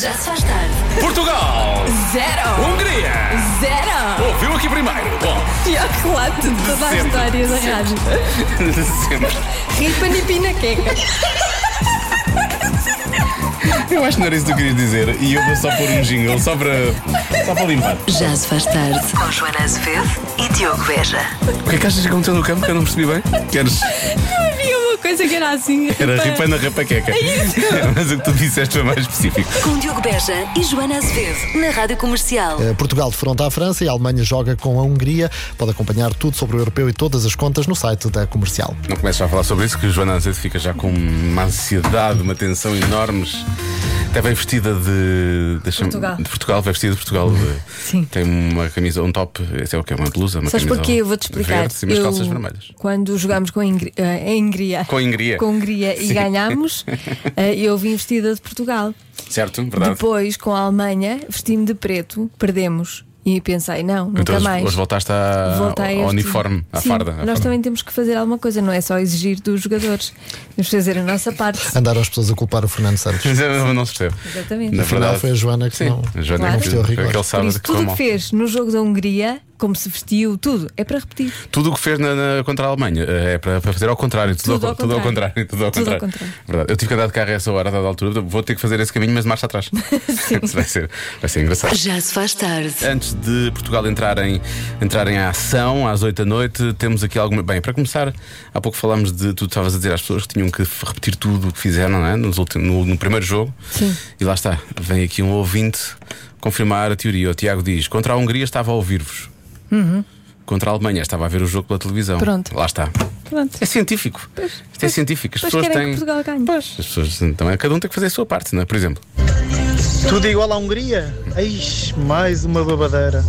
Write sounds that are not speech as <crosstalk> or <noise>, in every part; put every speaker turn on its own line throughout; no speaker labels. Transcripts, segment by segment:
Já se faz tarde.
Portugal!
Zero!
Hungria!
Zero!
Ouviu aqui primeiro! Bom,
Pior relato de toda a
Sempre,
história da rádio.
sempre.
Ripa Nipina Queca.
Eu acho que não era isso que eu queria dizer e eu vou só pôr um jingle só para, só para limpar.
Já se faz tarde.
Com Joana Azevedo e Diogo Veja.
O que é que achas que aconteceu no campo que eu não percebi bem? Queres?
Não havia uma coisa que era assim.
Era ripa na rapaqueca.
é
<laughs> Mas o que tu disseste foi mais específico.
Com Diogo Beja e Joana Azevedo na Rádio Comercial.
Eh, Portugal defronta a França e a Alemanha joga com a Hungria. Pode acompanhar tudo sobre o europeu e todas as contas no site da comercial.
Não começo já a falar sobre isso, que o Joana Azevedo fica já com uma ansiedade, uma tensão enormes. Até bem vestida de, deixa-me-
Portugal.
de Portugal, vai vestida de Portugal. de-
Sim.
Tem uma camisa, um top, esse é o que? Uma blusa, uma
Sabes
camisa
porquê? Eu vou-te explicar.
Verde, e umas
Eu-
calças vermelhas.
Quando jogámos com a Ingr- eh, em Hungria.
Com a Hungria.
Com a Hungria e
Sim. <laughs>
ganhámos, eh, eu vim vestida de Portugal.
Certo? Verdade?
Depois, com a Alemanha, vesti-me de preto, perdemos. E pensei, não, nunca
Então hoje-
mais.
hoje voltaste à-
Voltei a
ao
este-
Ah, uniforme, à
Sim,
farda. à
Nós
farda. <laughs>
também temos que fazer alguma coisa, não é só exigir dos jogadores. Temos que fazer a nossa
<laughs>
parte.
Andaram as pessoas a culpar o Fernando
<laughs>
Santos.
Mas eu não se percebe.
Exatamente.
Na
Afinal,
verdade,
foi a Joana que
sim,
não-
a Joana
Claro.
que,
Não fez o rigor.
aquele
Por
sábado
isso,
que correu
tudo o
mal.
que fez no jogo da Hungria, como se vestiu, tudo, é para repetir.
Tudo o que fez na, na- contra a Alemanha eh, é para, para fazer ao contrário, tudo,
Tudo
ao,
ao
tudo ao
contrário.
contrário. Tudo ao
Tudo ao
contrário. Verdade. Eu tive que andar de carro a essa hora, a dada altura, vou ter que fazer esse caminho, mas
<laughs>
marcha atrás. Isso <laughs> vai, ser, vai ser engraçado.
Já se faz tarde.
Antes de Portugal entrar em, entrar em ação às 8 da noite, temos aqui alguma. Bem, para começar, há pouco falámos de. Tu estavas a dizer às pessoas que tinham que f- repetir tudo o que fizeram não é? Nos ulti- no, no primeiro jogo.
Sim.
E lá está, vem aqui um ouvinte confirmar a teoria. O Tiago diz: contra a Hungria estava a ouvir-vos. Contra a Alemanha estava a ver o jogo pela televisão.
Uhum. Pronto.
Lá está.
Pronto.
É científico. Isto é
pois,
científico. As
pois
pessoas
querem
têm.
que Portugal ganhe.
Pois, as pessoas também. Cada um tem que fazer a sua parte, não é? Por exemplo.
Tudo igual à Hungria? Eis, mais uma babadeira.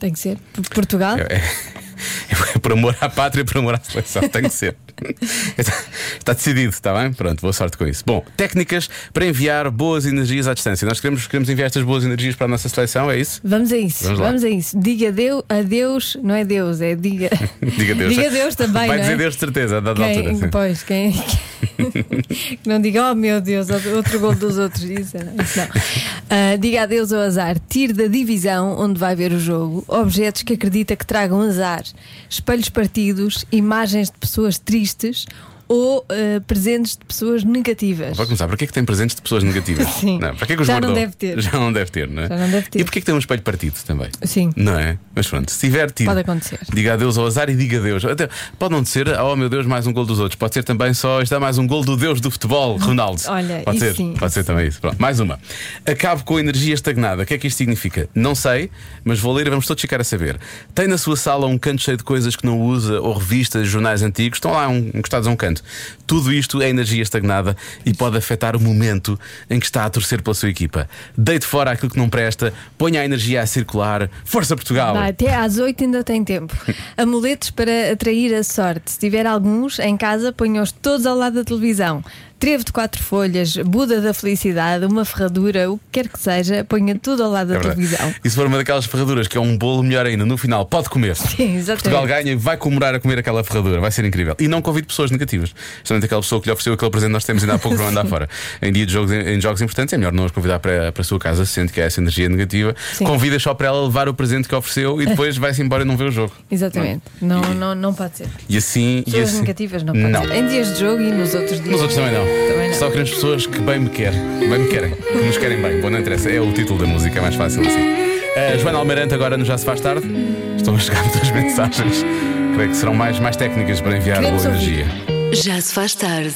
Tem que ser. P- Portugal,
É, <laughs> é- é por amor à pátria, por amor à seleção, tem que ser. Está, está decidido, está bem? Pronto, boa sorte com isso. Bom, técnicas para enviar boas energias à distância. Nós queremos, queremos enviar estas boas energias para a nossa seleção, é isso? <laughs>
vamos a isso.
Vamos
Vamos,
lá.
a isso. Diga adeus, adeus, não é Deus, é diga.
<laughs>
<laughs>
Diga Deus.
Diga Deus também.
Vai
não
dizer
é?
Deus de certeza, a dada altura.
Quem,
sim.
pois, quem. que não diga, oh meu Deus, outro outro gol dos outros. Isso, não, isso não. Ah, diga adeus ao azar. Tire da divisão onde vai ver o jogo objetos que acredita que tragam azar, espelhos partidos, imagens de pessoas tristes ou ah, presentes de pessoas negativas.
Vou começar. Para que é que tem presentes de pessoas negativas?
<laughs> Sim.
Não, para que é que os
Já não
guardou?
deve ter.
Já não deve ter, não é?
Já não deve ter.
E porquê que tem um espelho partido também?
Sim.
Não é? Mas pronto, se tiver tido.
Pode acontecer.
Diga adeus ao azar e diga adeus. Até, pode não ser, oh meu Deus, mais um gol dos outros. Pode ser também só, está mais um gol do Deus do futebol, Ronaldo.
<laughs> Olha,
pode
isso
ser.
sim.
Pode ser também isso. Pronto, mais uma. Acabo com a energia estagnada. O que é que isto significa? Não sei, mas vou ler e vamos todos ficar a saber. Tem na sua sala um canto cheio de coisas que não usa, ou revistas, jornais antigos, estão lá um- encostados a um canto. Tudo isto é energia estagnada e pode afetar o momento em que está a torcer pela sua equipa. Deite fora aquilo que não presta, ponha a energia a circular. Força Portugal!
Vá, até às 8 ainda tem
<laughs>
tempo. Amuletos para atrair a sorte. Se tiver alguns, em casa ponha-os todos ao lado da televisão. Trevo de quatro folhas, Buda da felicidade, uma ferradura, o que quer que seja, ponha tudo ao lado
É
da
verdade.
televisão.
E se for uma daquelas ferraduras que é um bolo melhor ainda, no final
<laughs>
pode comer.
exatamente.
Portugal ganha e vai comemorar a comer aquela ferradura, vai ser incrível. E não convide pessoas negativas. Justamente aquela pessoa que lhe ofereceu aquele presente que nós temos ainda há pouco
<laughs>
para mandar fora. Em dia de jogos, em jogos importantes, é melhor não os convidar para, para a sua casa, se sente que há essa energia negativa.
Sim.
Convida só para ela levar o presente que ofereceu
<laughs>
e depois vai-se embora e não vê o jogo.
Exatamente. Não, não, não, pode ser.
E assim. e
Pessoas
assim-
negativas não pode
Não.
ser. Em dias de jogo e nos outros dias.
Nos outros também é não.
Também não.
Só queremos pessoas que bem me querem. Bem me querem. Que nos querem bem. Bom, não interessa. É o título da música, é mais fácil assim. A Joana Almeirante agora no Já Se Faz Tarde. Estão a chegar <laughs> muitas mensagens. Creio que serão mais, mais técnicas para enviar
Queremos
boa
ouvir.
energia.
Já se faz tarde.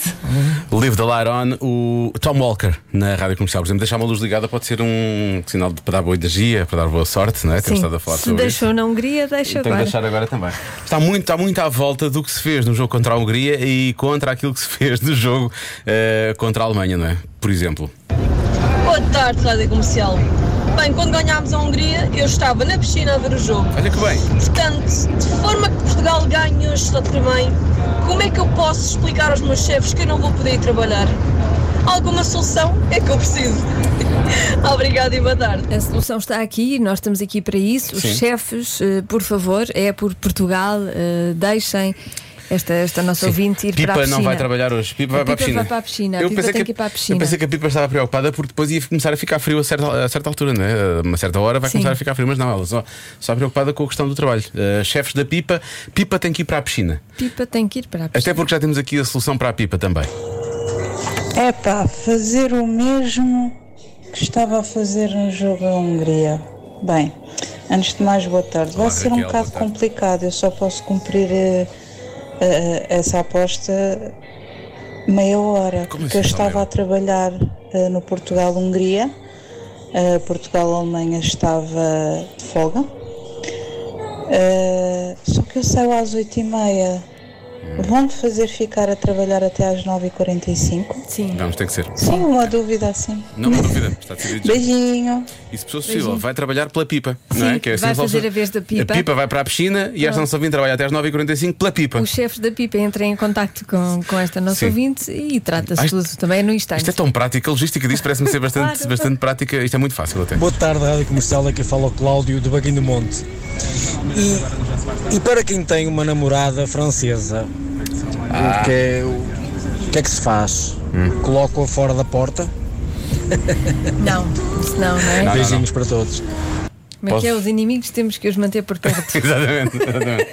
Live the Light On, o Tom Walker na rádio comercial. Por exemplo, deixar uma luz ligada pode ser um sinal de, para dar boa energia, para dar boa sorte, não é? Temos
Sim.
estado a falar
Se
sobre isso.
deixou na Hungria, deixa
Tem que
agora.
deixar agora também. Está muito, está muito à volta do que se fez no jogo contra a Hungria e contra aquilo que se fez no jogo eh, contra a Alemanha, não é? Por exemplo.
Boa tarde, Rádio Comercial. Bem, quando ganhámos a Hungria, eu estava na piscina a ver o jogo.
Olha que bem.
Portanto, de forma que Portugal ganhe hoje só também, como é que eu posso explicar aos meus chefes que eu não vou poder ir trabalhar? Alguma solução é que eu preciso. <laughs> Obrigada e boa tarde.
A solução está aqui, nós estamos aqui para isso. Os
Sim.
chefes, eh, por favor, é por Portugal, eh, deixem Esta, esta nossa
Sim.
ouvinte ir
Pipa
para a piscina.
não vai trabalhar hoje. Pipa vai
Pipa
para a piscina.
vai para a piscina. A Pipa tem que ir para a piscina.
eu pensei que a Pipa estava preocupada porque depois ia começar a ficar frio a certa, a certa altura, né? A uma certa hora vai
Sim.
começar a ficar frio, mas não, ela só, só preocupada com a questão do trabalho. Eh, chefes da Pipa, Pipa tem que ir para a piscina.
Pipa tem que ir para a piscina.
Até porque já temos aqui a solução para a Pipa também.
É pá, fazer o mesmo que estava a fazer no jogo da Hungria. Bem, antes de mais, boa tarde.
Olá,
Vai ser um
Raquel,
bocado
boa tarde.
complicado, eu só posso cumprir eh, eh, essa aposta meia hora,
Como
porque eu
assim, só meia
estava
hora?
a trabalhar eh, no Portugal-Hungria, eh, Portugal-Alemanha estava de folga, Eh, só que eu saio às 8h30.
Hum.
Vão-me fazer ficar a trabalhar até às 9h45?
Sim.
Vamos, tem que ser.
Sim, uma dúvida assim.
Não há dúvida, está decidido.
Beijinho.
E se possível, vai trabalhar pela pipa, não
Sim,
é? Que é assim
vai
que se
fazer
resolve.
a vez da pipa.
A pipa vai para a piscina e esta nossa ouvinte trabalha até às 9h45 pela pipa.
Os chefes da Pipa entrem em contacto com, com esta nossa
Sim.
ouvinte e trata-se
Ai,
tudo também no instante.
Isto é tão prático, a logística disto parece-me ser bastante,
Claro.
bastante prática. Isto é muito fácil até. <laughs>
Boa tarde, Rádio Comercial, aqui fala o Cláudio de Baguinho do Monte. E, e para quem tem uma namorada francesa, o, que é, o que é que se faz? Coloco-a fora da porta?
Não, isso não, não é?
não.
Beijinhos para todos.
Mas
Posso-
que é os inimigos temos que os manter por
<laughs>
perto.
exatamente. exatamente.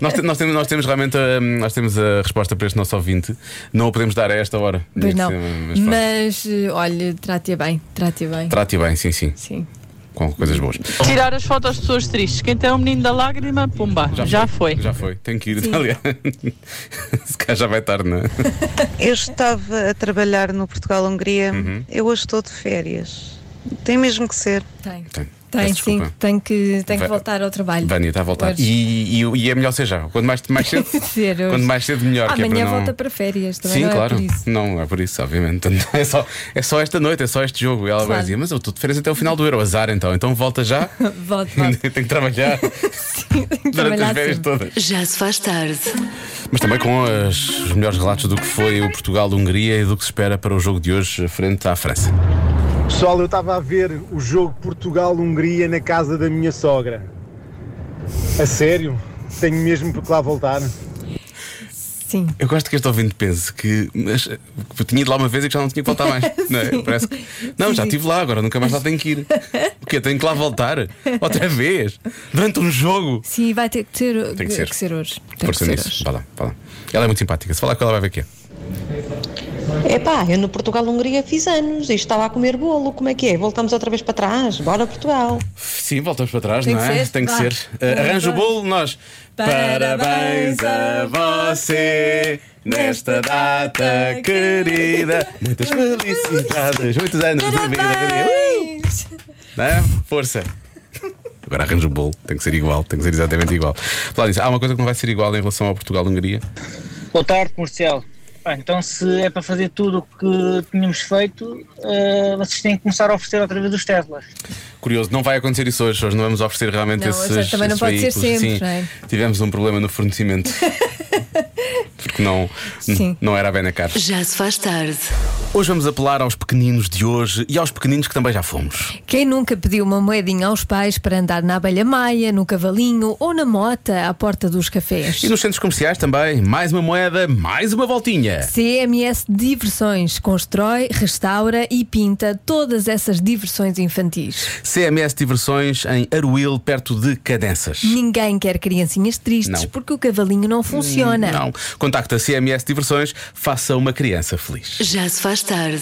nós, te- nós temos, nós temos realmente a, nós temos a resposta para este nosso ouvinte. Não a podemos dar a esta hora.
Pois não.
Mas, Tá. pronto.
Mas, eh, olha, trate-a bem, trate-a bem.
Trate bem, sim, sim.
Sim.
Com coisas boas.
Tirar as fotos às pessoas tristes. Quem tem o um menino da lágrima, pumba, já, foi.
Já foi. Tenho que ir. Aliás, <laughs> se calhar já vai tarde, não é?
Eu estava a trabalhar no Portugal-Hungria, eu hoje estou de férias. Tem mesmo que ser.
Tem.
Tem.
Tem,
Peço
sim,
desculpa.
tem que, tem que
Va-
voltar ao trabalho.
Vânia está a voltar.
Hoje.
E, e, e é melhor ser já. Quanto mais,
<laughs>
mais cedo.
Ser hoje.
Quanto mais cedo, melhor. que é
Amanhã
para não-
volta para férias, também
Sim,
não é
claro.
por
<laughs>
isso.
Não, é por isso, obviamente. Não É só, é só esta noite, é só este jogo. E ela vai
Claro.
dizer, mas eu estou de férias até o final do Euro. Azar então, então volta
<laughs>
já.
Volta,
<laughs>
volta.
Tenho
<laughs>
que trabalhar durante as
trabalhar
férias
sempre.
todas.
Já se faz tarde.
Mas também com as- os melhores relatos do que foi o Portugal-Hungria e do que se espera para o jogo de hoje frente à França.
Pessoal, eu estava a ver o jogo Portugal-Hungria na casa da minha sogra. A sério? Tenho mesmo por que lá voltar?
Sim.
Eu gosto que este ouvinte pense que, mas, que eu tinha ido lá uma vez e que já não tinha que <laughs> voltar mais. não, é? Parece que- não, já estive lá, agora nunca mais lá tenho que ir. O quê? Tenho que lá voltar? <laughs> Outra vez? Durante um jogo?
Sim, vai ter que ser,
Tem que ser.
hoje. Tem que
Força
ser
nisso.
hoje.
Vá lá, vá lá. Ela é muito simpática. Se falar com ela, vai ver que é.
Epá, eu no Portugal-Hungria fiz anos e estava a comer bolo. Como é que é? Voltamos outra vez para trás? Bora Portugal.
Sim, voltamos para trás,
Tem
não
que
é?
ser,
Tem que
vá.
ser. Uh, arranja o
Vamos.
bolo, nós.
Parabéns a
você nesta data querida. Muitas felicidades, muitos anos de vida.
Parabéns!
Não é? Força. Agora arranja o bolo, tem que ser igual, tem que ser exatamente igual. Falar nisso, há uma coisa que não vai ser igual em relação ao Portugal-Hungria.
Boa tarde, comercial. Pá, então, se é para fazer tudo o que tínhamos feito, eh, vocês têm que começar a oferecer outra vez os Teslas.
Curioso, não vai acontecer isso hoje. Hoje não vamos oferecer realmente
Não,
esses.
hoje também não
esses
pode ser
veículos.
sempre,
Sim,
não é?
Tivemos um problema no
<laughs>
fornecimento. Porque não,
Sim.
não era bem na cara.
Já se faz tarde.
Hoje vamos apelar aos pequeninos de hoje e aos pequeninos que também já fomos.
Quem nunca pediu uma moedinha aos pais para andar na abelha maia, no cavalinho ou na mota à porta dos cafés?
E nos centros comerciais também, mais uma moeda, mais uma voltinha.
CMS Diversões constrói, restaura e pinta todas essas diversões infantis.
CMS Diversões em Aruil, perto de Cadenças.
Ninguém quer criancinhas tristes
Não.
porque o cavalinho não funciona.
Não. Contacta CMS Diversões, faça uma criança feliz.
Já se faz tarde.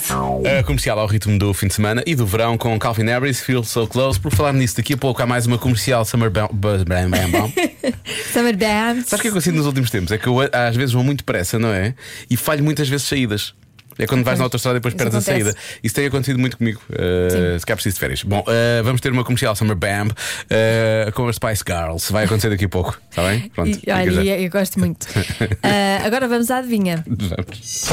A comercial ao ritmo do fim de semana e do verão com Calvin Harris, Feel So Close. Por falar nisso, daqui a pouco há mais uma comercial Summer Bam Bam Bam Bam. Bam.
<laughs> Summer Dance.
Sabes o que é que eu sinto nos últimos tempos? É que eu às vezes vou muito depressa, não é? E falho muitas vezes saídas. É quando vais na autostrada e depois
Isso
perdes a
acontece.
saída. Isso tem acontecido muito comigo. Uh, se cá preciso de férias. Bom, uh, vamos ter uma comercial Summer Bam uh, com as Spice Girls. Vai acontecer daqui a pouco. Está bem?
<laughs>
Pronto.
E, é-
fica
olha,
já.
eu, eu gosto
<laughs>
muito. Ah, agora vamos à adivinha.
Vamos.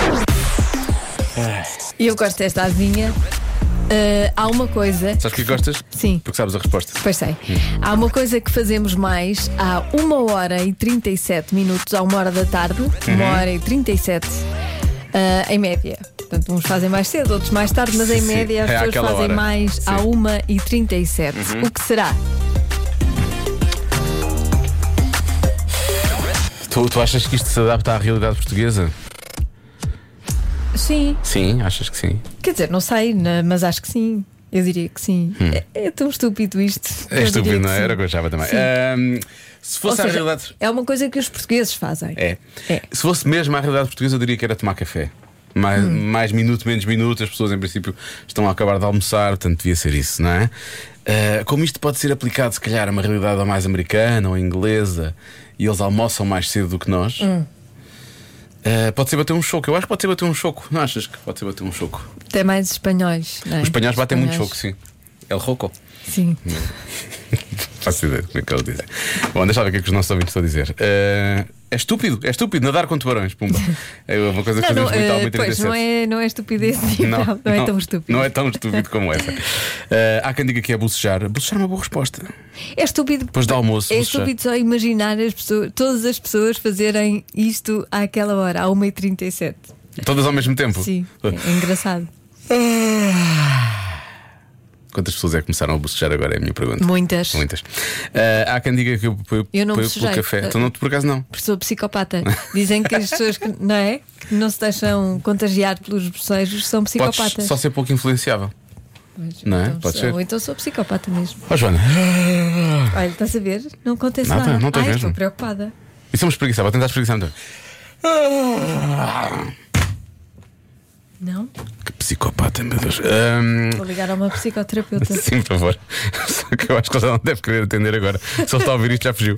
E Eu gosto desta adivinha. Ah, há uma coisa.
Sabes o que gostas?
Sim.
Porque sabes a resposta.
Pois sei.
Hum.
Há uma coisa que fazemos mais há 1 hora e 37 minutos, à 1 hora da tarde, 1
Uhum.
hora e 37 ah, em média. Portanto, uns fazem mais cedo, outros mais tarde, mas
Sim,
em
sim.
média as
É
pessoas
àquela
fazem
hora.
mais à
Sim. Uhum.
1 e 37 O que será?
Tu, tu achas que isto se adapta à realidade portuguesa?
Sim.
Sim, achas que sim.
Quer dizer, não sei, né, mas acho que sim. Eu diria que sim.
Hum.
É, é tão estúpido isto.
É
Eu
estúpido,
diria que
não é?
sim.
Era o que eu achava também.
Sim.
Ahm, se
Ou
fosse a
seja,
realidade.
É uma coisa que os portugueses fazem.
É. Se fosse mesmo a realidade portuguesa, eu diria que era tomar café. Mais,
Hum.
mais minuto, menos minuto, as pessoas em princípio estão a acabar de almoçar, portanto devia ser isso, não é? Ah, como isto pode ser aplicado, se calhar, a uma realidade ou mais americana ou inglesa e eles almoçam mais cedo do que nós,
Hum.
ah, pode ser bater um choco. Eu acho que pode ser bater um choco, não achas que pode ser bater um choco?
Até mais espanhóis. Não é?
Os espanhóis batem muito
Espanhóis.
choco, sim. El roco.
Sim.
Faço ideia do que é que eles dizem. Bom, deixa eu ver o que é que os nossos ouvintes estão a dizer. Eh, é estúpido, é estúpido nadar com tubarões, pumba. É uma coisa que
não,
fazemos muito
eh,
ao
pois, não
37.
é, não é estupidez, <laughs>
<laughs>
não, não, é tão estúpido.
Não é tão estúpido como essa. Eh, há quem diga que é bucejar. Bucejar é uma boa resposta.
É estúpido.
Depois do almoço,
É
bucejar.
estúpido só imaginar as pessoas, todas as pessoas fazerem isto àquela hora, à 1h37.
Todas ao mesmo tempo. Eh,
Sim, é engraçado.
Quantas pessoas é que começaram a bucejar agora? É a minha pergunta.
Muitas.
Muitas. Eh, há quem diga que eu, eu,
Eu não
eu pelo
bucejei.
café. Tu não, por acaso não.
Porque sou psicopata. Dizem que as pessoas que não, é? que não se deixam contagiar pelos bocejos são
Podes
psicopatas.
só ser pouco influenciável.
Pois,
Não é?
então
Pode
sou-
ser.
Ou então sou psicopata mesmo.
Ó Joana. <laughs>
Olha, estás a ver? Não acontece
Nada,
nada.
não tens
Ai,
mesmo.
estou preocupada.
E somos preguiçados, vou tentar espreguiçar então.
Não?
Que psicopata, meu Deus. Ahm,
Vou ligar a uma psicoterapeuta.
Sim, por favor. Só que eu acho que ele já não deve querer atender agora. Se ele está a ouvir isto, já fugiu.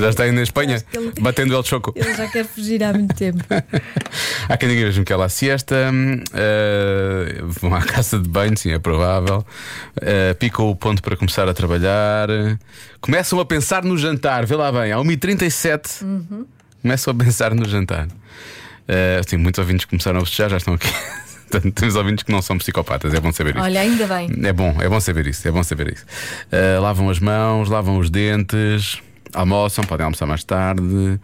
Já está indo na Espanha,
ele-
batendo El Choco.
Ele já quer fugir há muito tempo.
Há quem diga mesmo que é ela à siesta, hum, ah, vão à casa de banho, sim, é provável. Ah, picam o ponto para começar a trabalhar. Começam a pensar no jantar, vê lá bem, um à 1h37 começam a pensar no jantar. Ah, sim, muitos ouvintes que começaram a festejar, já estão aqui. <laughs> Portanto, Temos ouvintes que não são psicopatas, é bom saber isso.
Olha, ainda bem.
É bom, é bom saber isso, é bom saber isso. Ah, lavam as mãos, lavam os dentes, almoçam, podem almoçar mais tarde,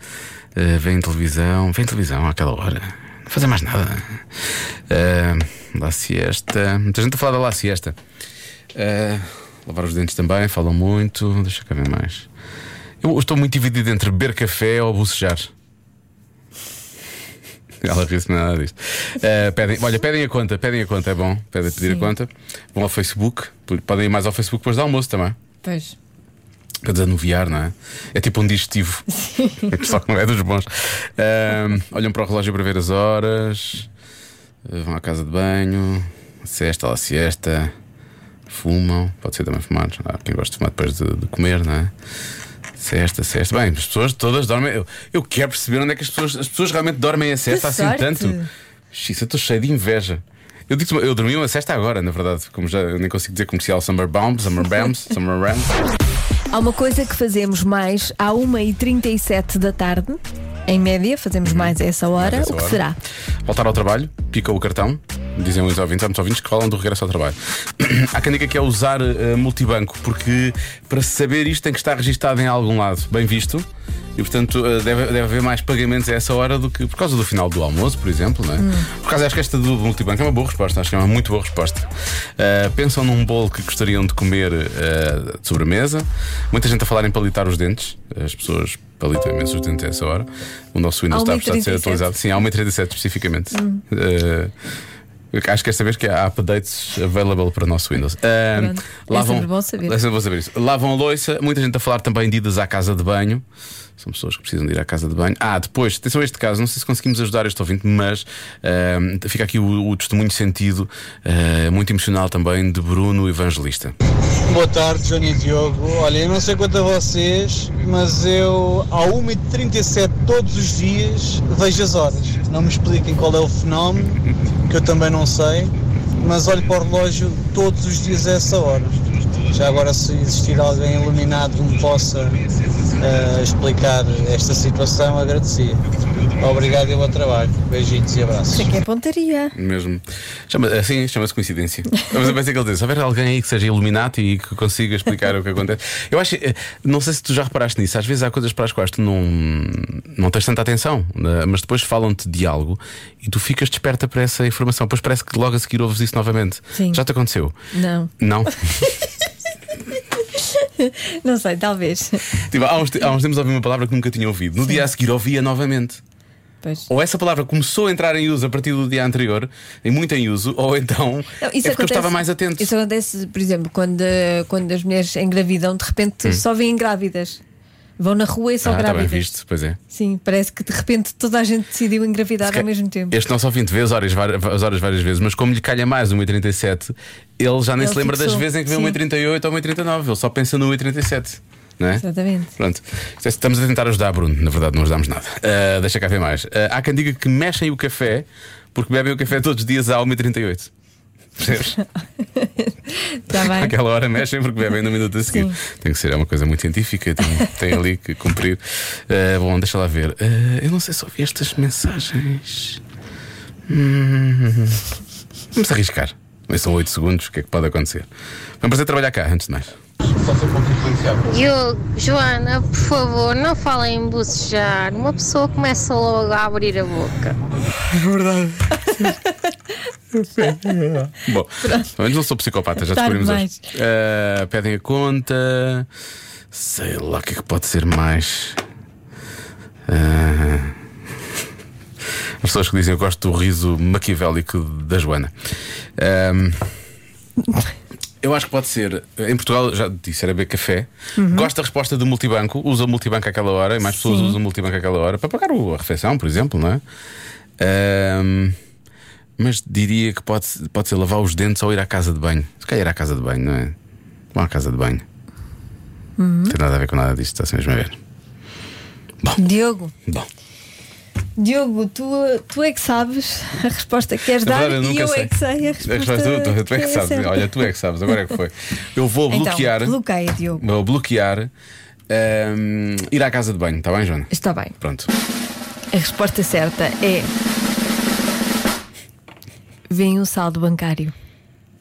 ah, veem televisão, veem televisão àquela hora. Não fazem mais nada. Ah, lá siesta. Muita gente a falar da lá siesta. Ah, lavar os dentes também, falam muito. Deixa eu ver mais. Eu estou muito dividido entre beber café ou bucejar. <laughs> Ela riu-se nada disto. Ah, pedem, olha, pedem a conta, pedem a conta, é bom. Pedem pedir a
Sim.
conta. Vão ao Facebook, podem ir mais ao Facebook depois do almoço também.
Pois.
Para desanuviar, não é? É tipo um digestivo. Só que não é dos bons. Ahm, olham para o relógio para ver as horas, ah, vão à casa de banho, cesta lá siesta, fumam, pode ser também fumar, há quem gosta de fumar depois de, de comer, não é? Cesta, cesta. Bem, as pessoas todas dormem. Eu, eu quero perceber onde é que as pessoas, as pessoas realmente dormem a cesta assim
sorte.
tanto. Xis, eu estou cheio de inveja. Eu, digo eu dormi uma cesta agora, na verdade, como já eu nem consigo dizer comercial Summer Bombs, Summer Bams, Summer Rams.
Há uma coisa que fazemos mais à 1h37 da tarde. Em média, fazemos Uhum. mais a essa hora.
essa
o que
hora.
será?
Voltar ao trabalho, pica o cartão, dizem os ouvintes, há muitos ouvintes que falam do regresso ao trabalho. <clears throat> há quem diga que é usar eh, multibanco, porque para saber isto tem que estar registado em algum lado, bem visto. E portanto eh, deve, deve haver mais pagamentos a essa hora do que por causa do final do almoço, por exemplo. Não é? Por causa acho que esta do multibanco é uma boa resposta, acho que é uma muito boa resposta. Eh, pensam num bolo que gostariam de comer eh, de sobremesa. Muita gente a falar em palitar os dentes, as pessoas palitam imenso os dentes a essa hora. O nosso Windows está a precisar de ser
1h37.
atualizado. Sim, há uma 37 especificamente.
Hum.
Eh, acho que esta vez que há updates available para o nosso Windows. Eh,
Pronto. É sempre bom saber.
é sempre bom saber isso. Lavam a louça, muita gente a falar também de idas à casa de banho. São pessoas que precisam de ir à casa de banho. Ah, depois, atenção a este caso, não sei se conseguimos ajudar este ouvinte, mas ehm, fica aqui o, o testemunho sentido, eh, muito emocional também, de Bruno Evangelista.
Boa tarde, Johnny e Diogo. Olha, eu não sei quanto a vocês, mas eu à 1h37 todos os dias vejo as horas. Não me expliquem qual é o fenómeno, que eu também não sei, mas olho para o relógio todos os dias a essa hora. Já agora, se existir alguém iluminado que me possa eh, explicar esta situação, agradecia. Obrigado e bom trabalho. Beijinhos e abraços.
Isso aqui é pontaria.
Mesmo. Chama, assim chama-se coincidência. Mas eu pensei que ele disse: se houver alguém aí que seja iluminati e que consiga explicar o que acontece. Eu acho, eh, não sei se tu já reparaste nisso, às vezes há coisas para as quais tu não, não tens tanta atenção, né? mas depois falam-te de algo e tu ficas desperta para essa informação. Depois parece que logo a seguir ouves isso novamente.
Sim.
Já te aconteceu?
Não.
Não.
Não sei, talvez.
<laughs> Tipo, há uns, te- há uns tempos ouvi uma palavra que nunca tinha ouvido. No dia a seguir ouvia novamente.
Pois.
Ou essa palavra começou a entrar em uso a partir do dia anterior, e muito em uso, ou então
Não,
é porque eu estava mais atento.
Isso acontece, por exemplo, quando, quando as mulheres engravidam, de repente
Hum.
só vêm grávidas. Vão na rua e só
ah, está bem
grávidas.
visto, pois é.
Sim, parece que de repente toda a gente decidiu engravidar
Se
ao
ca-
mesmo tempo.
Este nosso ouvinte vê as horas, var- as horas várias vezes, mas como lhe calha mais o 1,37, ele já nem
Ele
se lembra das
fixou,
vezes em que vê um
sim.
o 1,38 ou 1,39, ele só pensa no 1,37. Não é?
Exatamente.
Pronto, é, estamos a tentar ajudar, Bruno. Na verdade, não ajudámos nada. Ah, deixa cá ver mais. Ah, há quem diga que mexem o café porque bebem o café todos os dias à 1h38. Percebes?
Está Tá bem.
Aquela hora mexem porque bebem no minuto a seguir. Tem que ser, é uma coisa muito científica, tem, tem ali que cumprir. Ah, bom, deixa lá ver. Ah, eu não sei se ouvi estas mensagens. Hum. Vamos arriscar. Mas São 8 segundos, o que é que pode acontecer? Vamos prazer trabalhar cá, antes de mais.
Diogo, Joana, por favor, não falem em bocejar. Uma pessoa começa logo a abrir a boca.
É verdade.
<laughs>
Bom, mas não sou psicopata, já
Tarde
descobrimos hoje. Ah, pedem a conta. Sei lá o que é que pode ser mais. Ah, as pessoas que dizem eu gosto do riso maquiavélico da Joana. Ahm, eu acho que pode ser. Em Portugal, já disse, era beber café.
Uhum.
Gosto da resposta do multibanco. Usa o multibanco àquela hora e mais pessoas
Sim.
usam o multibanco àquela hora para pagar o- a refeição, por exemplo, não é? Ehm, Ahm, mas diria que pode, pode ser lavar os dentes ou ir à casa de banho. Se calhar ir à casa de banho, não é? Vão à casa de banho.
Uhum.
Não tem nada a ver com nada disto, está-se mesmo a ver.
Diogo.
Bom.
Diogo, tu, tu é que sabes a resposta que queres
Na
dar
verdade,
e eu é que sei a
É
resposta.
que sabes tu, tu- tu é que sabes.
certa.
Olha, tu é que sabes, agora é que foi. Eu vou
Então,
bloquear.
bloqueia, Diogo.
Vou bloquear. ahm, ir à casa de banho, está bem, Joana?
Está bem.
Pronto.
A resposta certa é. Vem o saldo bancário.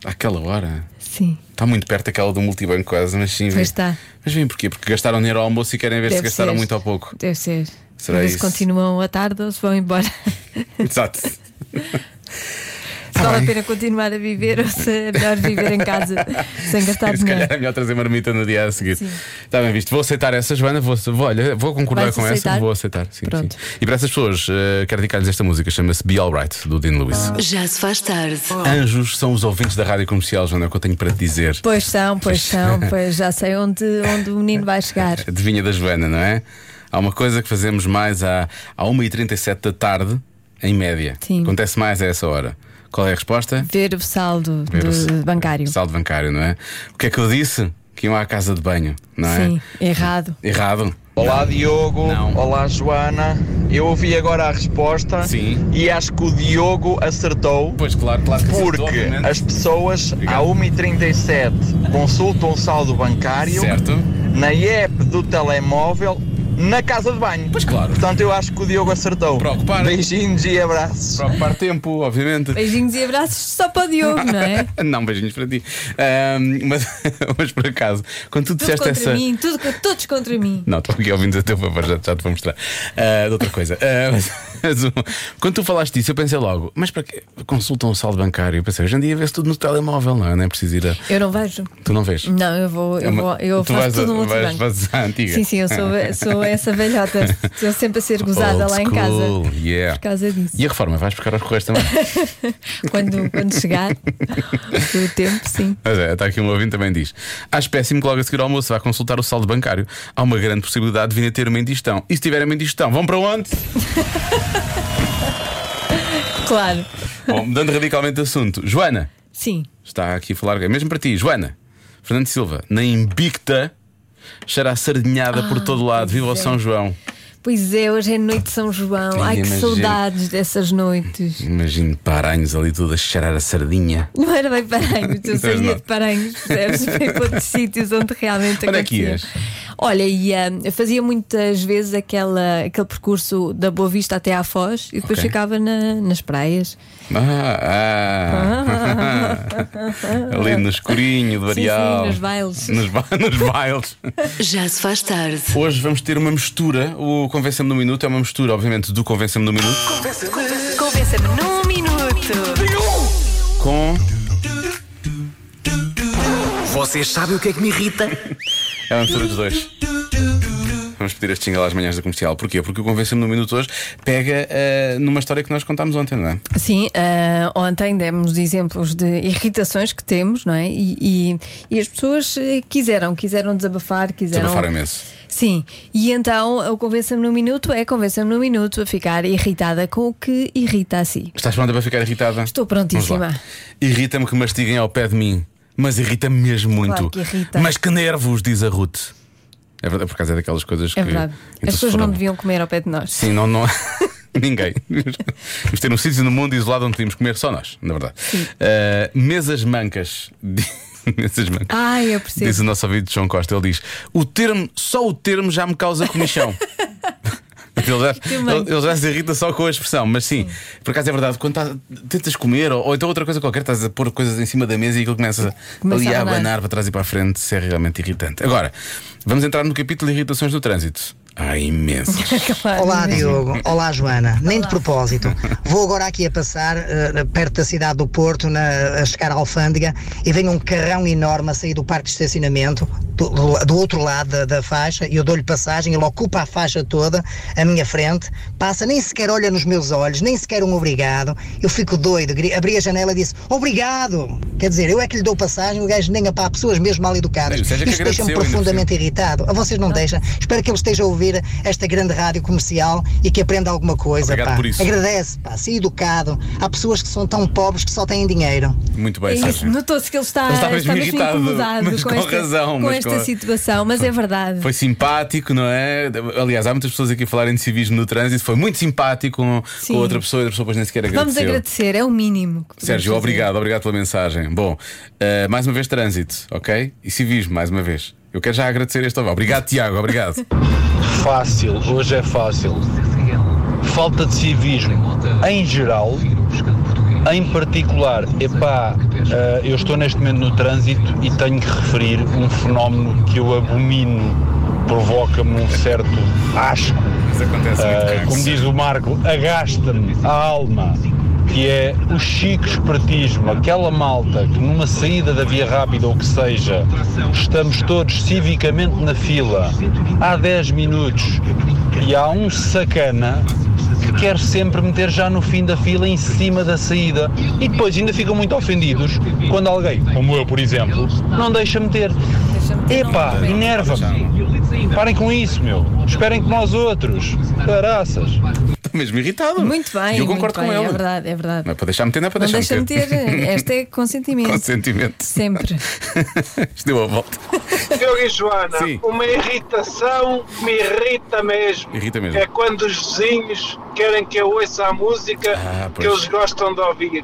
Àquela hora.
Sim,
Está muito perto daquela do multibanco, quase, mas sim. vem.
pois está.
Mas vem porquê? Porque gastaram dinheiro ao almoço e querem ver se
Deve
gastaram
ser.
muito
<laughs>
ou pouco.
Deve ser.
Será
Mas se
isso?
continuam à tarde ou se vão embora.
Exato.
Se
Tá
vale a pena continuar a viver ou se é melhor viver em casa sem gastar
<laughs> Se calhar
dinheiro.
é melhor trazer marmita no dia a seguir. Está bem visto. Vou aceitar essa, Joana. Vou, vou, olha, vou concordar
Vais
com
aceitar?
essa. Vou aceitar. Sim, sim. E para essas pessoas, eh, quero dedicar-lhes esta música. Chama-se Be Alright, do Dean Lewis.
Já se faz tarde.
Anjos são os ouvintes da rádio comercial, Joana, é o que eu tenho para te dizer.
Pois são, pois
Pois.
são, pois já sei onde, onde o menino vai
<laughs>
chegar.
Adivinha da Joana, não é? Há uma coisa que fazemos mais à, à 1h37 da tarde, em média.
Sim.
Acontece mais a essa hora. Qual é a resposta?
Ver o saldo
Ver o
do
saldo.
bancário.
Saldo bancário, não é? O que é que eu disse? Que iam à casa de banho, não é?
Sim, errado.
Errado.
Olá Diogo, olá Joana. Eu ouvi agora a resposta e acho que o Diogo acertou.
Pois claro, claro que acertou,
Porque
obviamente.
as pessoas à 1h37 consultam o saldo bancário
Certo.
na app do telemóvel na casa de banho.
Pois claro.
Portanto, eu acho que o Diogo acertou. Beijinhos e abraços.
Preocupar tempo, obviamente.
Beijinhos e abraços só para o Diogo, não é?
Não, beijinhos para ti. Ahm, mas, <laughs> mas por acaso, quando tu
Tudo
disseste
contra
essa.
mim, tudo, co- todos contra mim.
Não, estou aqui ouvindo a teu favor, já, já te vou mostrar. Ah, de outra coisa. Ah, mas- <laughs> mas o- quando tu falaste disso, eu pensei logo, mas para quê? Consultam o saldo bancário. Eu pensei, hoje em dia vê-se tudo no telemóvel, não é? Não é preciso ir a.
Eu não vejo.
Tu não vês?
Não, eu vou,
É
eu,
uma-
vou, eu
tu
faço
vais, a-
tudo no outro
vais,
banco.
vais à antiga. Ah.
Sim, sim, eu sou, sou essa
<laughs>
velhota. Estou sempre a ser gozada
Old
lá em
school,
casa.
yeah.
Por causa disso.
E a reforma, vais buscar aos correios também.
Quando, quando
<laughs>
chegar o tempo, sim.
Mas é, está aqui um ouvinte também diz: Acho péssimo que logo a seguir ao almoço vá consultar o saldo bancário. Há uma grande possibilidade de vir a ter uma indigestão. E se tiver uma indigestão, vão para onde?
<laughs> Claro.
Bom, mudando radicalmente de assunto, Joana
Sim.
está aqui a falar, é mesmo para ti, Joana Fernando Silva, na Invicta, cheira a sardinhada por todo lado. Viva o
é.
São João!
Pois é, hoje é noite de São João.
Ai,
Ai, que
imagino.
saudades dessas noites.
Imagino paranhos ali tudo a cheirar a sardinha.
Não era bem Paranhos, eu
Pois
saía
não.
de Paranhos,
<laughs>
percebes? Foi para outros sítios onde realmente
Onde é que
acontecia.
ias?
Olha, e, ah, eu fazia muitas vezes aquela, aquele percurso da Boa Vista até à Foz e depois
Ok.
ficava na- nas praias.
Ah, ah. <laughs> ali no escurinho do
Sim, sim,
areal.
nos bailes.
Nos, ba- nos bailes.
Já se faz tarde.
Hoje vamos ter uma mistura. O Convença-me no Minuto é uma mistura, obviamente, do Convença-me no Minuto
Convença-me num minuto.
com.
Vocês sabem o que é que me irrita?
<laughs> É uma mistura dos dois. Vamos pedir este jingle às manhãs da comercial. Porquê? Porque o Convença-me no Minuto hoje pega ah, numa história que nós contámos ontem, não é?
Sim, ah, ontem demos exemplos de irritações que temos, não é? E, e- e as pessoas eh, quiseram, quiseram desabafar, quiseram.
Desabafaram imenso.
Sim, e então o convença-me no minuto é convença-me no minuto a ficar irritada com o que irrita a si.
Estás pronta para ficar irritada?
Estou prontíssima.
Vamos lá. Irrita-me que mastiguem ao pé de mim, mas irrita-me mesmo
Claro
muito.
que irrita.
Mas que nervos, diz a Ruth. É verdade, por causa é daquelas coisas
É
que.
verdade.
Então,
As
se
pessoas
for
não
um-
deviam comer ao pé de nós.
Sim, não. <laughs> não... Ninguém. Vamos ter um sítio no mundo isolado onde podíamos comer só nós, na verdade. Ah, mesas mancas. <laughs> mesas mancas.
Ai, eu percebo.
Diz o nosso ouvido João Costa, ele diz: o termo, só o termo já me
<laughs>
causa comichão. Ele já,
manco.
ele- ele já se irrita só com a expressão, mas sim, por acaso é verdade, quando tá- tentas comer ou, ou então outra coisa qualquer, estás a pôr coisas em cima da mesa e aquilo começa,
Começa
ali
a
a
abanar.
abanar para trás e para a frente, isso é realmente irritante. Agora, vamos entrar no capítulo de irritações do trânsito. Há imensas.
Olá Diogo, olá Joana, nem de propósito. Vou agora aqui a passar eh, perto da cidade do Porto, na, a chegar à Alfândega, e vem um carrão enorme a sair do parque de estacionamento, do, do- do outro lado da, da faixa, e eu dou-lhe passagem, ele ocupa a faixa toda, à minha frente, passa, nem sequer olha nos meus olhos, nem sequer um obrigado. Eu fico doido, gri- abri a janela e disse obrigado. Quer dizer, eu é que lhe dou passagem, o gajo nem a pá, pessoas mesmo mal educadas.
Não, o Sérgio é que
Isto deixa-me
agradeceu, ainda por cima.
profundamente profundamente irritado. A vocês não deixam. Espero que ele esteja a ouvir esta grande rádio comercial e que aprenda alguma coisa.
Obrigado
pá.
por isso.
Agradece, pá, se educado. Há pessoas que são tão pobres que só têm dinheiro.
Muito bem,
É isso,
Sérgio.
Notou-se que ele está,
Ele está mesmo irritado,
incomodado
mas
com,
com
esta,
razão,
com
mas
esta
com a-
situação, mas é verdade.
Foi simpático, não é? Aliás, há muitas pessoas aqui a falarem de civismo no trânsito. Foi muito simpático com,
Sim.
com outra pessoa e a pessoa depois nem sequer agradeceu.
Vamos agradecer, é o mínimo. que podemos
Sérgio,
fazer.
obrigado, obrigado pela mensagem. Bom, eh, mais uma vez trânsito, ok? E civismo, mais uma vez. Eu quero já agradecer este ouvinte. Obrigado, Tiago,
<laughs>
obrigado.
Fácil, hoje é fácil. Falta de civismo em geral, em particular, epá, eh, eu estou neste momento no trânsito e tenho que referir um fenómeno que eu abomino, provoca-me um certo asco. Eh,
Ah,
como diz o Marco, agasta-me a alma. Que é o chico espertismo, aquela malta que numa saída da via rápida ou que seja, estamos todos civicamente na fila há 10 minutos e há um sacana que quer sempre meter já no fim da fila em cima da saída e depois ainda ficam muito ofendidos quando alguém, como eu por exemplo, não deixa meter. Epá, enerva-me. Parem com isso, meu. Esperem que nós outros. Caraças.
<laughs> Estou mesmo irritado.
Muito bem,
E eu
muito
concordo com
bem,
ela.
É verdade, é verdade.
Não é para deixar meter, não é para
Não
deixar
deixa-me
meter.
ter, esta é consentimento.
<laughs> Consentimento.
Sempre.
<laughs> Isto deu a volta.
Diogo e Joana, uma irritação que me irrita mesmo.
Irrita mesmo.
É quando os vizinhos querem que eu ouça a música
Ah, pois.
que eles gostam de ouvir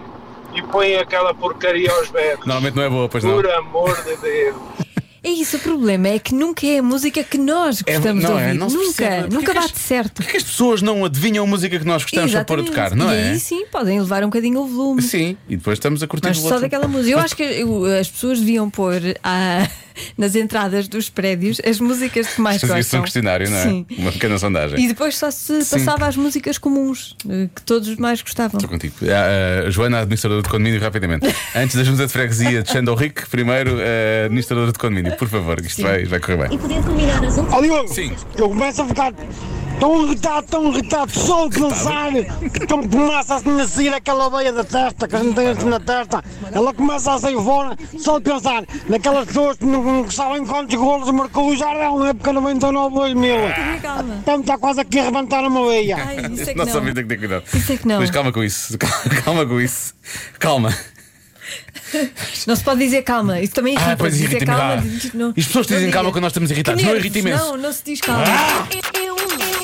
e põem aquela porcaria aos berros.
Normalmente não é boa, pois não.
Por amor de Deus.
É isso, o problema é que nunca é a música que nós
É,
gostamos
não
de
é,
ouvir.
não se percebe.
nunca,
Porquê
nunca
que as-
bate certo.
Porquê que as pessoas não adivinham a música que nós gostamos para pôr a tocar, não
e
é?
aí sim, podem elevar um bocadinho o volume.
Sim, e depois estamos a curtir
Mas
o
só
outro.
daquela música. Eu acho que eu- as pessoas deviam pôr ah, <laughs> nas entradas dos prédios as músicas que mais
Fazia-se
gostam.
um questionário, não é?
Sim.
Uma pequena sondagem.
E depois só se
Sim.
passava às músicas comuns, eh, que todos mais gostavam.
Estou contigo. Ah, ah, Joana, administradora de condomínio, rapidamente. Antes da junta de freguesia de Xandão Rico, primeiro, ah, administradora de condomínio, por favor, que isto vai, vai correr bem.
podia combinar as
Ó Diogo, eu começo a ficar tão irritado, tão irritado, só de pensar que tão- começa assim a sair aquela veia da testa, que a gente tem assim na testa, ela começa a sair fora, só de pensar naquelas pessoas que não, não sabem quantos golos marcou o Jardel na época 99 2000. Então está quase aqui a arrebentar uma veia.
isso é que
Nossa
não.
ouvinte tem que ter cuidado.
Isso é que não.
Mas calma com isso. <laughs> Calma, calma com isso. Calma.
Não se pode dizer calma, isso também irrita.
Ah, pois
dizer
irrita-me.
calma,
Ah.
diz- não-
E as pessoas
não
dizem calma
diga.
quando nós estamos
Que
irritados. Não
nervos,
irrita imenso. Ah,
Não, não se diz calma.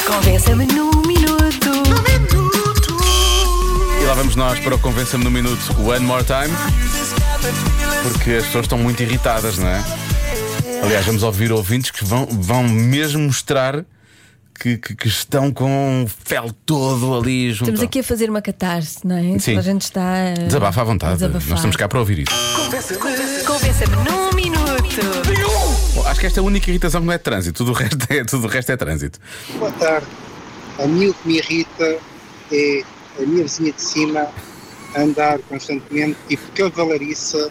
Convença-me num minuto.
E lá vamos nós para o Convença-me no Minuto One More Time, porque as pessoas estão muito irritadas, não é? Aliás, vamos ouvir ouvintes que vão, vão mesmo mostrar que, que- que estão com o fel todo ali junto.
Estamos aqui a fazer uma catarse, não é?
Sim.
A gente está. eh,
Desabafa à vontade,
a desabafar.
nós estamos cá para ouvir isso.
Convença-me num minuto.
Bom, acho que esta é a única irritação que não é de trânsito, tudo o resto é, tudo o resto é trânsito.
Boa tarde. A mim o que me irrita é a minha vizinha de cima andar constantemente, tipo cavalariça,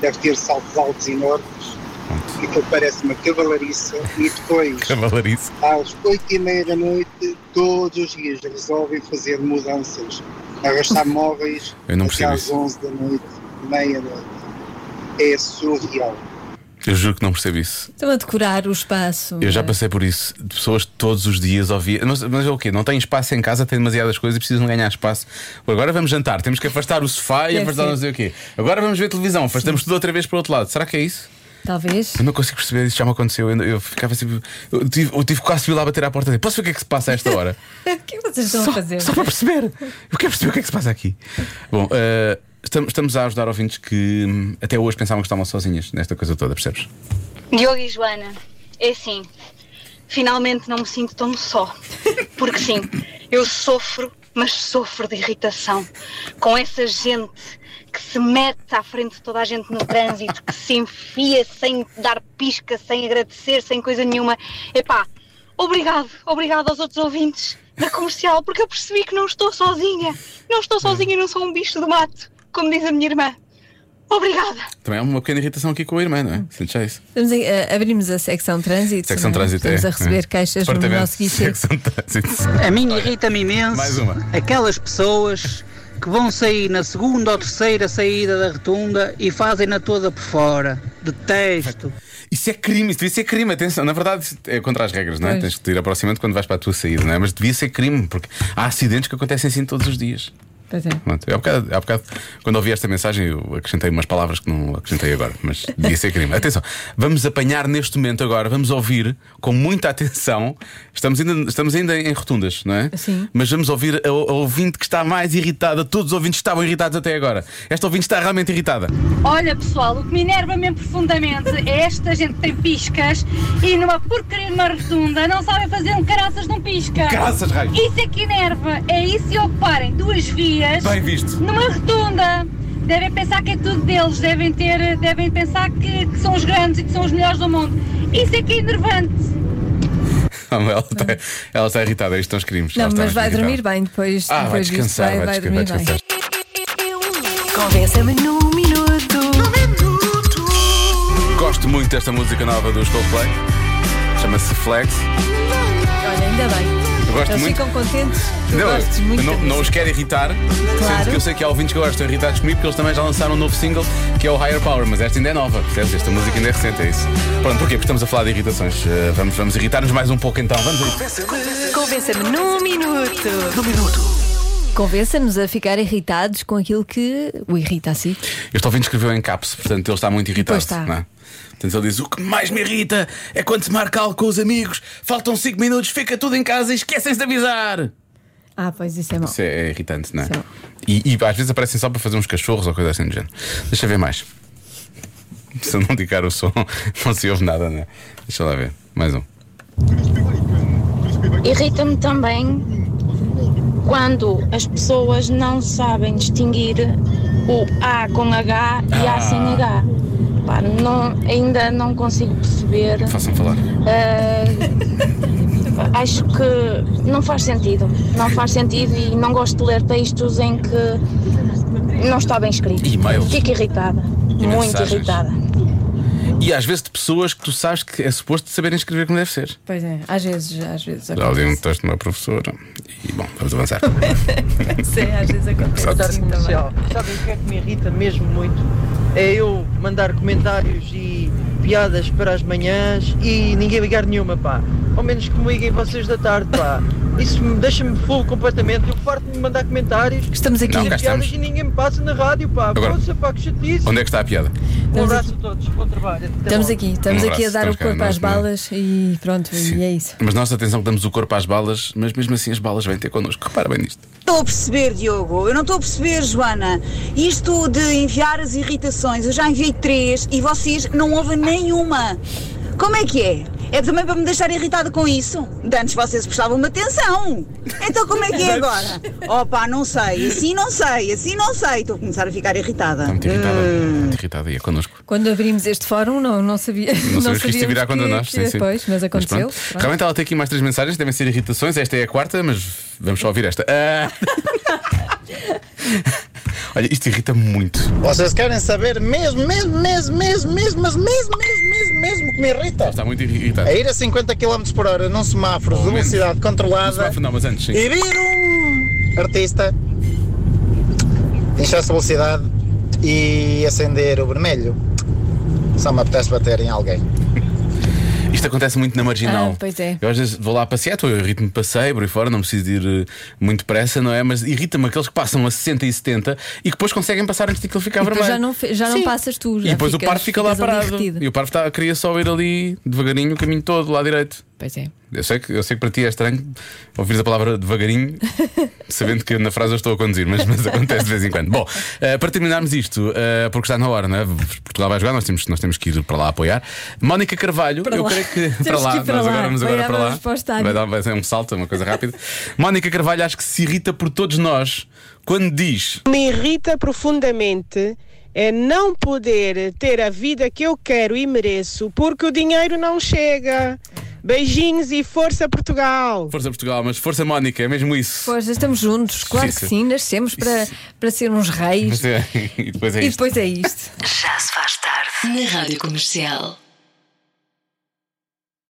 deve ter saltos altos e enormes,
Pronto.
Aquilo parece uma cavalariça e depois
Cavalarice.
às oito e meia da noite, todos os dias resolvem fazer mudanças, arrastar móveis
Eu não
até
percebo
às
isso.
onze da noite, meia-noite. É surreal.
Eu juro que não percebo isso.
Estão a decorar o espaço. eh,
Eu já passei por isso. De pessoas que todos os dias ouvia. Mas, mas é o quê? Não têm espaço em casa, têm demasiadas coisas e precisam ganhar espaço. Ou Agora vamos jantar, temos que afastar o sofá e
Deve
afastar
ser.
não sei o quê. Agora vamos ver televisão, afastamos tudo outra vez para o outro lado. Será que é isso?
Talvez. <laughs>
Eu não consigo perceber, isso já me aconteceu. Eu, eu ficava assim. Eu tive, eu tive quase de ir lá bater à porta e dizer: Posso ver o que é que se passa a esta hora?
O que é que vocês estão a fazer?
Só para perceber. Eu quero perceber o que é que se passa aqui. Bom, eh, estamos, estamos a ajudar ouvintes que hum, até hoje pensavam que estavam sozinhas nesta coisa toda, percebes?
Diogo e Joana, é assim, finalmente não me sinto tão só. Porque sim, eu sofro, mas sofro de irritação com essa gente que se mete à frente de toda a gente no trânsito, que se enfia sem dar pisca, sem agradecer, sem coisa nenhuma. Epá, obrigado, obrigado aos outros ouvintes da comercial, porque eu percebi que não estou sozinha. Não estou sozinha e não sou um bicho do mato, como diz a minha irmã. Obrigada!
Também há uma pequena irritação aqui com a irmã, não é? Sentes já isso?
Estamos em- eh, abrimos a secção trânsito.
Secção
não é?
trânsito
Estamos
é,
a receber
é.
caixas no
Departamento
nosso guichê.
Secção trânsito.
A mim irrita-me imenso
Mais uma.
aquelas pessoas que vão sair na segunda ou terceira saída da rotunda e fazem-na toda por fora. Detesto.
Isso é crime, isso devia ser crime, atenção. Na verdade, isso é contra as regras, não é?
Pois.
Tens que te ir aproximando quando vais para a tua saída, não é? Mas devia ser crime, porque há acidentes que acontecem assim todos os dias.
Pois é.
Pronto, há bocado, há bocado, quando ouvi esta mensagem, eu acrescentei umas palavras que não acrescentei agora, mas devia ser crime. Atenção, vamos apanhar neste momento agora, vamos ouvir com muita atenção. Estamos ainda, estamos ainda em rotundas, não é?
Sim.
Mas vamos ouvir a, a ouvinte que está mais irritada. Todos os ouvintes estavam irritados até agora. Esta ouvinte está realmente irritada.
Olha pessoal, o que me enerva mesmo profundamente é esta gente que tem piscas e numa porcaria de uma rotunda não sabem fazer um caraças de um pisca.
Caraças, raio.
Isso é que enerva, é isso e ocuparem duas vias
Bem visto.
numa rotunda. Devem pensar que é tudo deles, devem ter, devem pensar que, que são os grandes e que são os melhores do mundo. Isso é que é enervante.
Não, ela, está, ela está irritada, isto são os crimes.
Não,
Ela está
mas vai
irritada.
dormir bem depois.
Ah, vai
depois disto,
descansar, vai
dormir
descansar, vai
bem.
Convença-me num minuto.
Gosto muito desta música nova dos Coldplay. Chama-se Flex.
Olha, ainda bem.
Eu gosto
Eles
muito.
ficam contentes. Tu
Não,
gostas
eu
muito.
não,
da
não os
música.
quero irritar.
Claro.
Sendo que eu sei que há ouvintes que agora estão irritados comigo porque eles também já lançaram um novo single que é o Higher Power, mas esta ainda é nova, percebes? Esta música ainda é recente, é isso. Pronto, porquê? Porque estamos a falar de irritações. Eh, vamos vamos irritar-nos mais um pouco então. Vamos a isso.
Convença-me num minuto. Num
minuto.
Convença-nos a ficar irritados com aquilo que o irrita a si.
Este ouvinte escreveu em caps, portanto ele está muito irritado.
Pois está.
não é? Portanto ele diz: O que mais me irrita é quando se marca algo com os amigos, faltam 5 minutos, fica tudo em casa e esquecem-se de avisar.
Ah, pois isso é mau.
Isso é, é irritante, não é? E, e às vezes aparecem só para fazer uns cachorros ou coisa assim do género. Deixa eu ver mais. Se eu não ligar o som, <laughs> não se ouve nada, não é? Deixa lá ver. Mais um.
Irrita-me também quando as pessoas não sabem distinguir o A com H e A sem H. Pá, não- ainda não consigo perceber.
Façam falar.
Ah, acho que não faz sentido. Não faz sentido e não gosto de ler textos em que não está bem escrito.
E-mails.
Fico irritada. Muito
mensagens.
irritada.
E às vezes de pessoas que tu sabes que é suposto saberem escrever como deve ser.
Pois é, às vezes, às vezes.
Já li um texto de uma professora. E bom,
<laughs>
vamos avançar.
Sim, às vezes tá
Sabe-
Tarde comercial. Sabem o que é que me irrita mesmo muito? É eu mandar comentários e piadas para as manhãs e ninguém ligar nenhuma, pá. Ao menos que me liguem vocês da tarde, pá. Isso me- deixa-me full completamente. Eu farto-me de mandar comentários.
Estamos
aqui. Não, cá
piadas
estamos.
e ninguém me passa na rádio, pá.
Agora.
Poxa, pá, que chatice.
Onde é que está a piada?
Um
Estamos
abraço a todos. Bom trabalho. Até
Estamos
logo.
aqui, estamos
Um
aqui a
abraço,
dar o
estamos cá,
corpo às
nós também.
balas e pronto, e é isso.
Mas nós, atenção, que damos o corpo às balas, mas mesmo assim as balas vêm ter connosco. Repara bem nisto.
Estou a perceber, Diogo. Eu não estou a perceber, Joana. Isto de enviar as irritações, eu já enviei três e vocês não ouvem nenhuma. Como é que é? É também para me deixar irritada com isso? De antes vocês prestavam-me atenção. Então como é que é agora? Opa, não sei. Assim não sei, assim não sei. Estou a começar a ficar irritada.
Está muito irritada.
Ah.
Muito irritada e é connosco.
Quando abrimos este fórum, não, <laughs> não sabia.
Não sabemos que isto virá
sabíamos
contra
que-
nós.
que-
sim, sim.
Pois, mas aconteceu.
pronto.
Pronto.
Realmente ela tem aqui mais três mensagens, devem ser irritações. Esta é a quarta, mas vamos só ouvir esta. Ah! <laughs> Olha, isto irrita-me muito.
Vocês querem saber mesmo, mesmo, mesmo, mesmo, mesmo, mas mesmo, mesmo, mesmo, mesmo que me irrita?
Está muito irritante.
A ir a 50 km por hora num semáforo de velocidade
Não se
controlada
vai afinar, mas antes, sim.
e vir um artista em excesso de velocidade e acender o vermelho. Só me apetece bater em alguém.
Isto acontece muito na marginal.
Ah, pois é.
Eu às vezes vou lá passear, estou eu ritmo de passeio, por aí fora, não preciso de ir eh, muito depressa, não é? Mas irrita-me aqueles que passam a 60 e 70 e que depois conseguem passar antes de aquilo ficar
Depois
vermelho.
já não, fe- já não
Sim.
passas tu.
E
já
depois o
ficas-
parvo fica lá
ficas ali
parado.
derretido.
E o parvo tá, queria só ir ali devagarinho o caminho todo, lá direito.
Pois é.
Eu sei, que, eu sei que para ti é estranho ouvires a palavra
<laughs>
devagarinho, sabendo que na frase eu estou a conduzir, mas, mas acontece de vez em quando. Bom, eh, para terminarmos isto, eh, porque está na hora, não é? Portugal vai jogar, nós temos, nós temos que ir para lá apoiar. Mónica Carvalho,
Para
eu
lá.
creio que.
<laughs> Temos
para lá,
que ir para
nós
lá.
agora vamos
Vai
agora
dar
para
uma
lá.
resposta à
Vai dar vai ser um salto, é uma coisa rápida. Mónica Carvalho, acho que se irrita por todos nós quando diz.
Me irrita profundamente é não poder ter a vida que eu quero e mereço porque o dinheiro não chega. Beijinhos e força Portugal!
Força Portugal, mas força Mónica, é mesmo isso.
Pois, estamos juntos, claro
Sim,
que
sim.
sim, nascemos para, para ser uns reis.
Mas é- <laughs> e depois é
e
isto.
depois é isto.
Já se faz tarde na Rádio Comercial.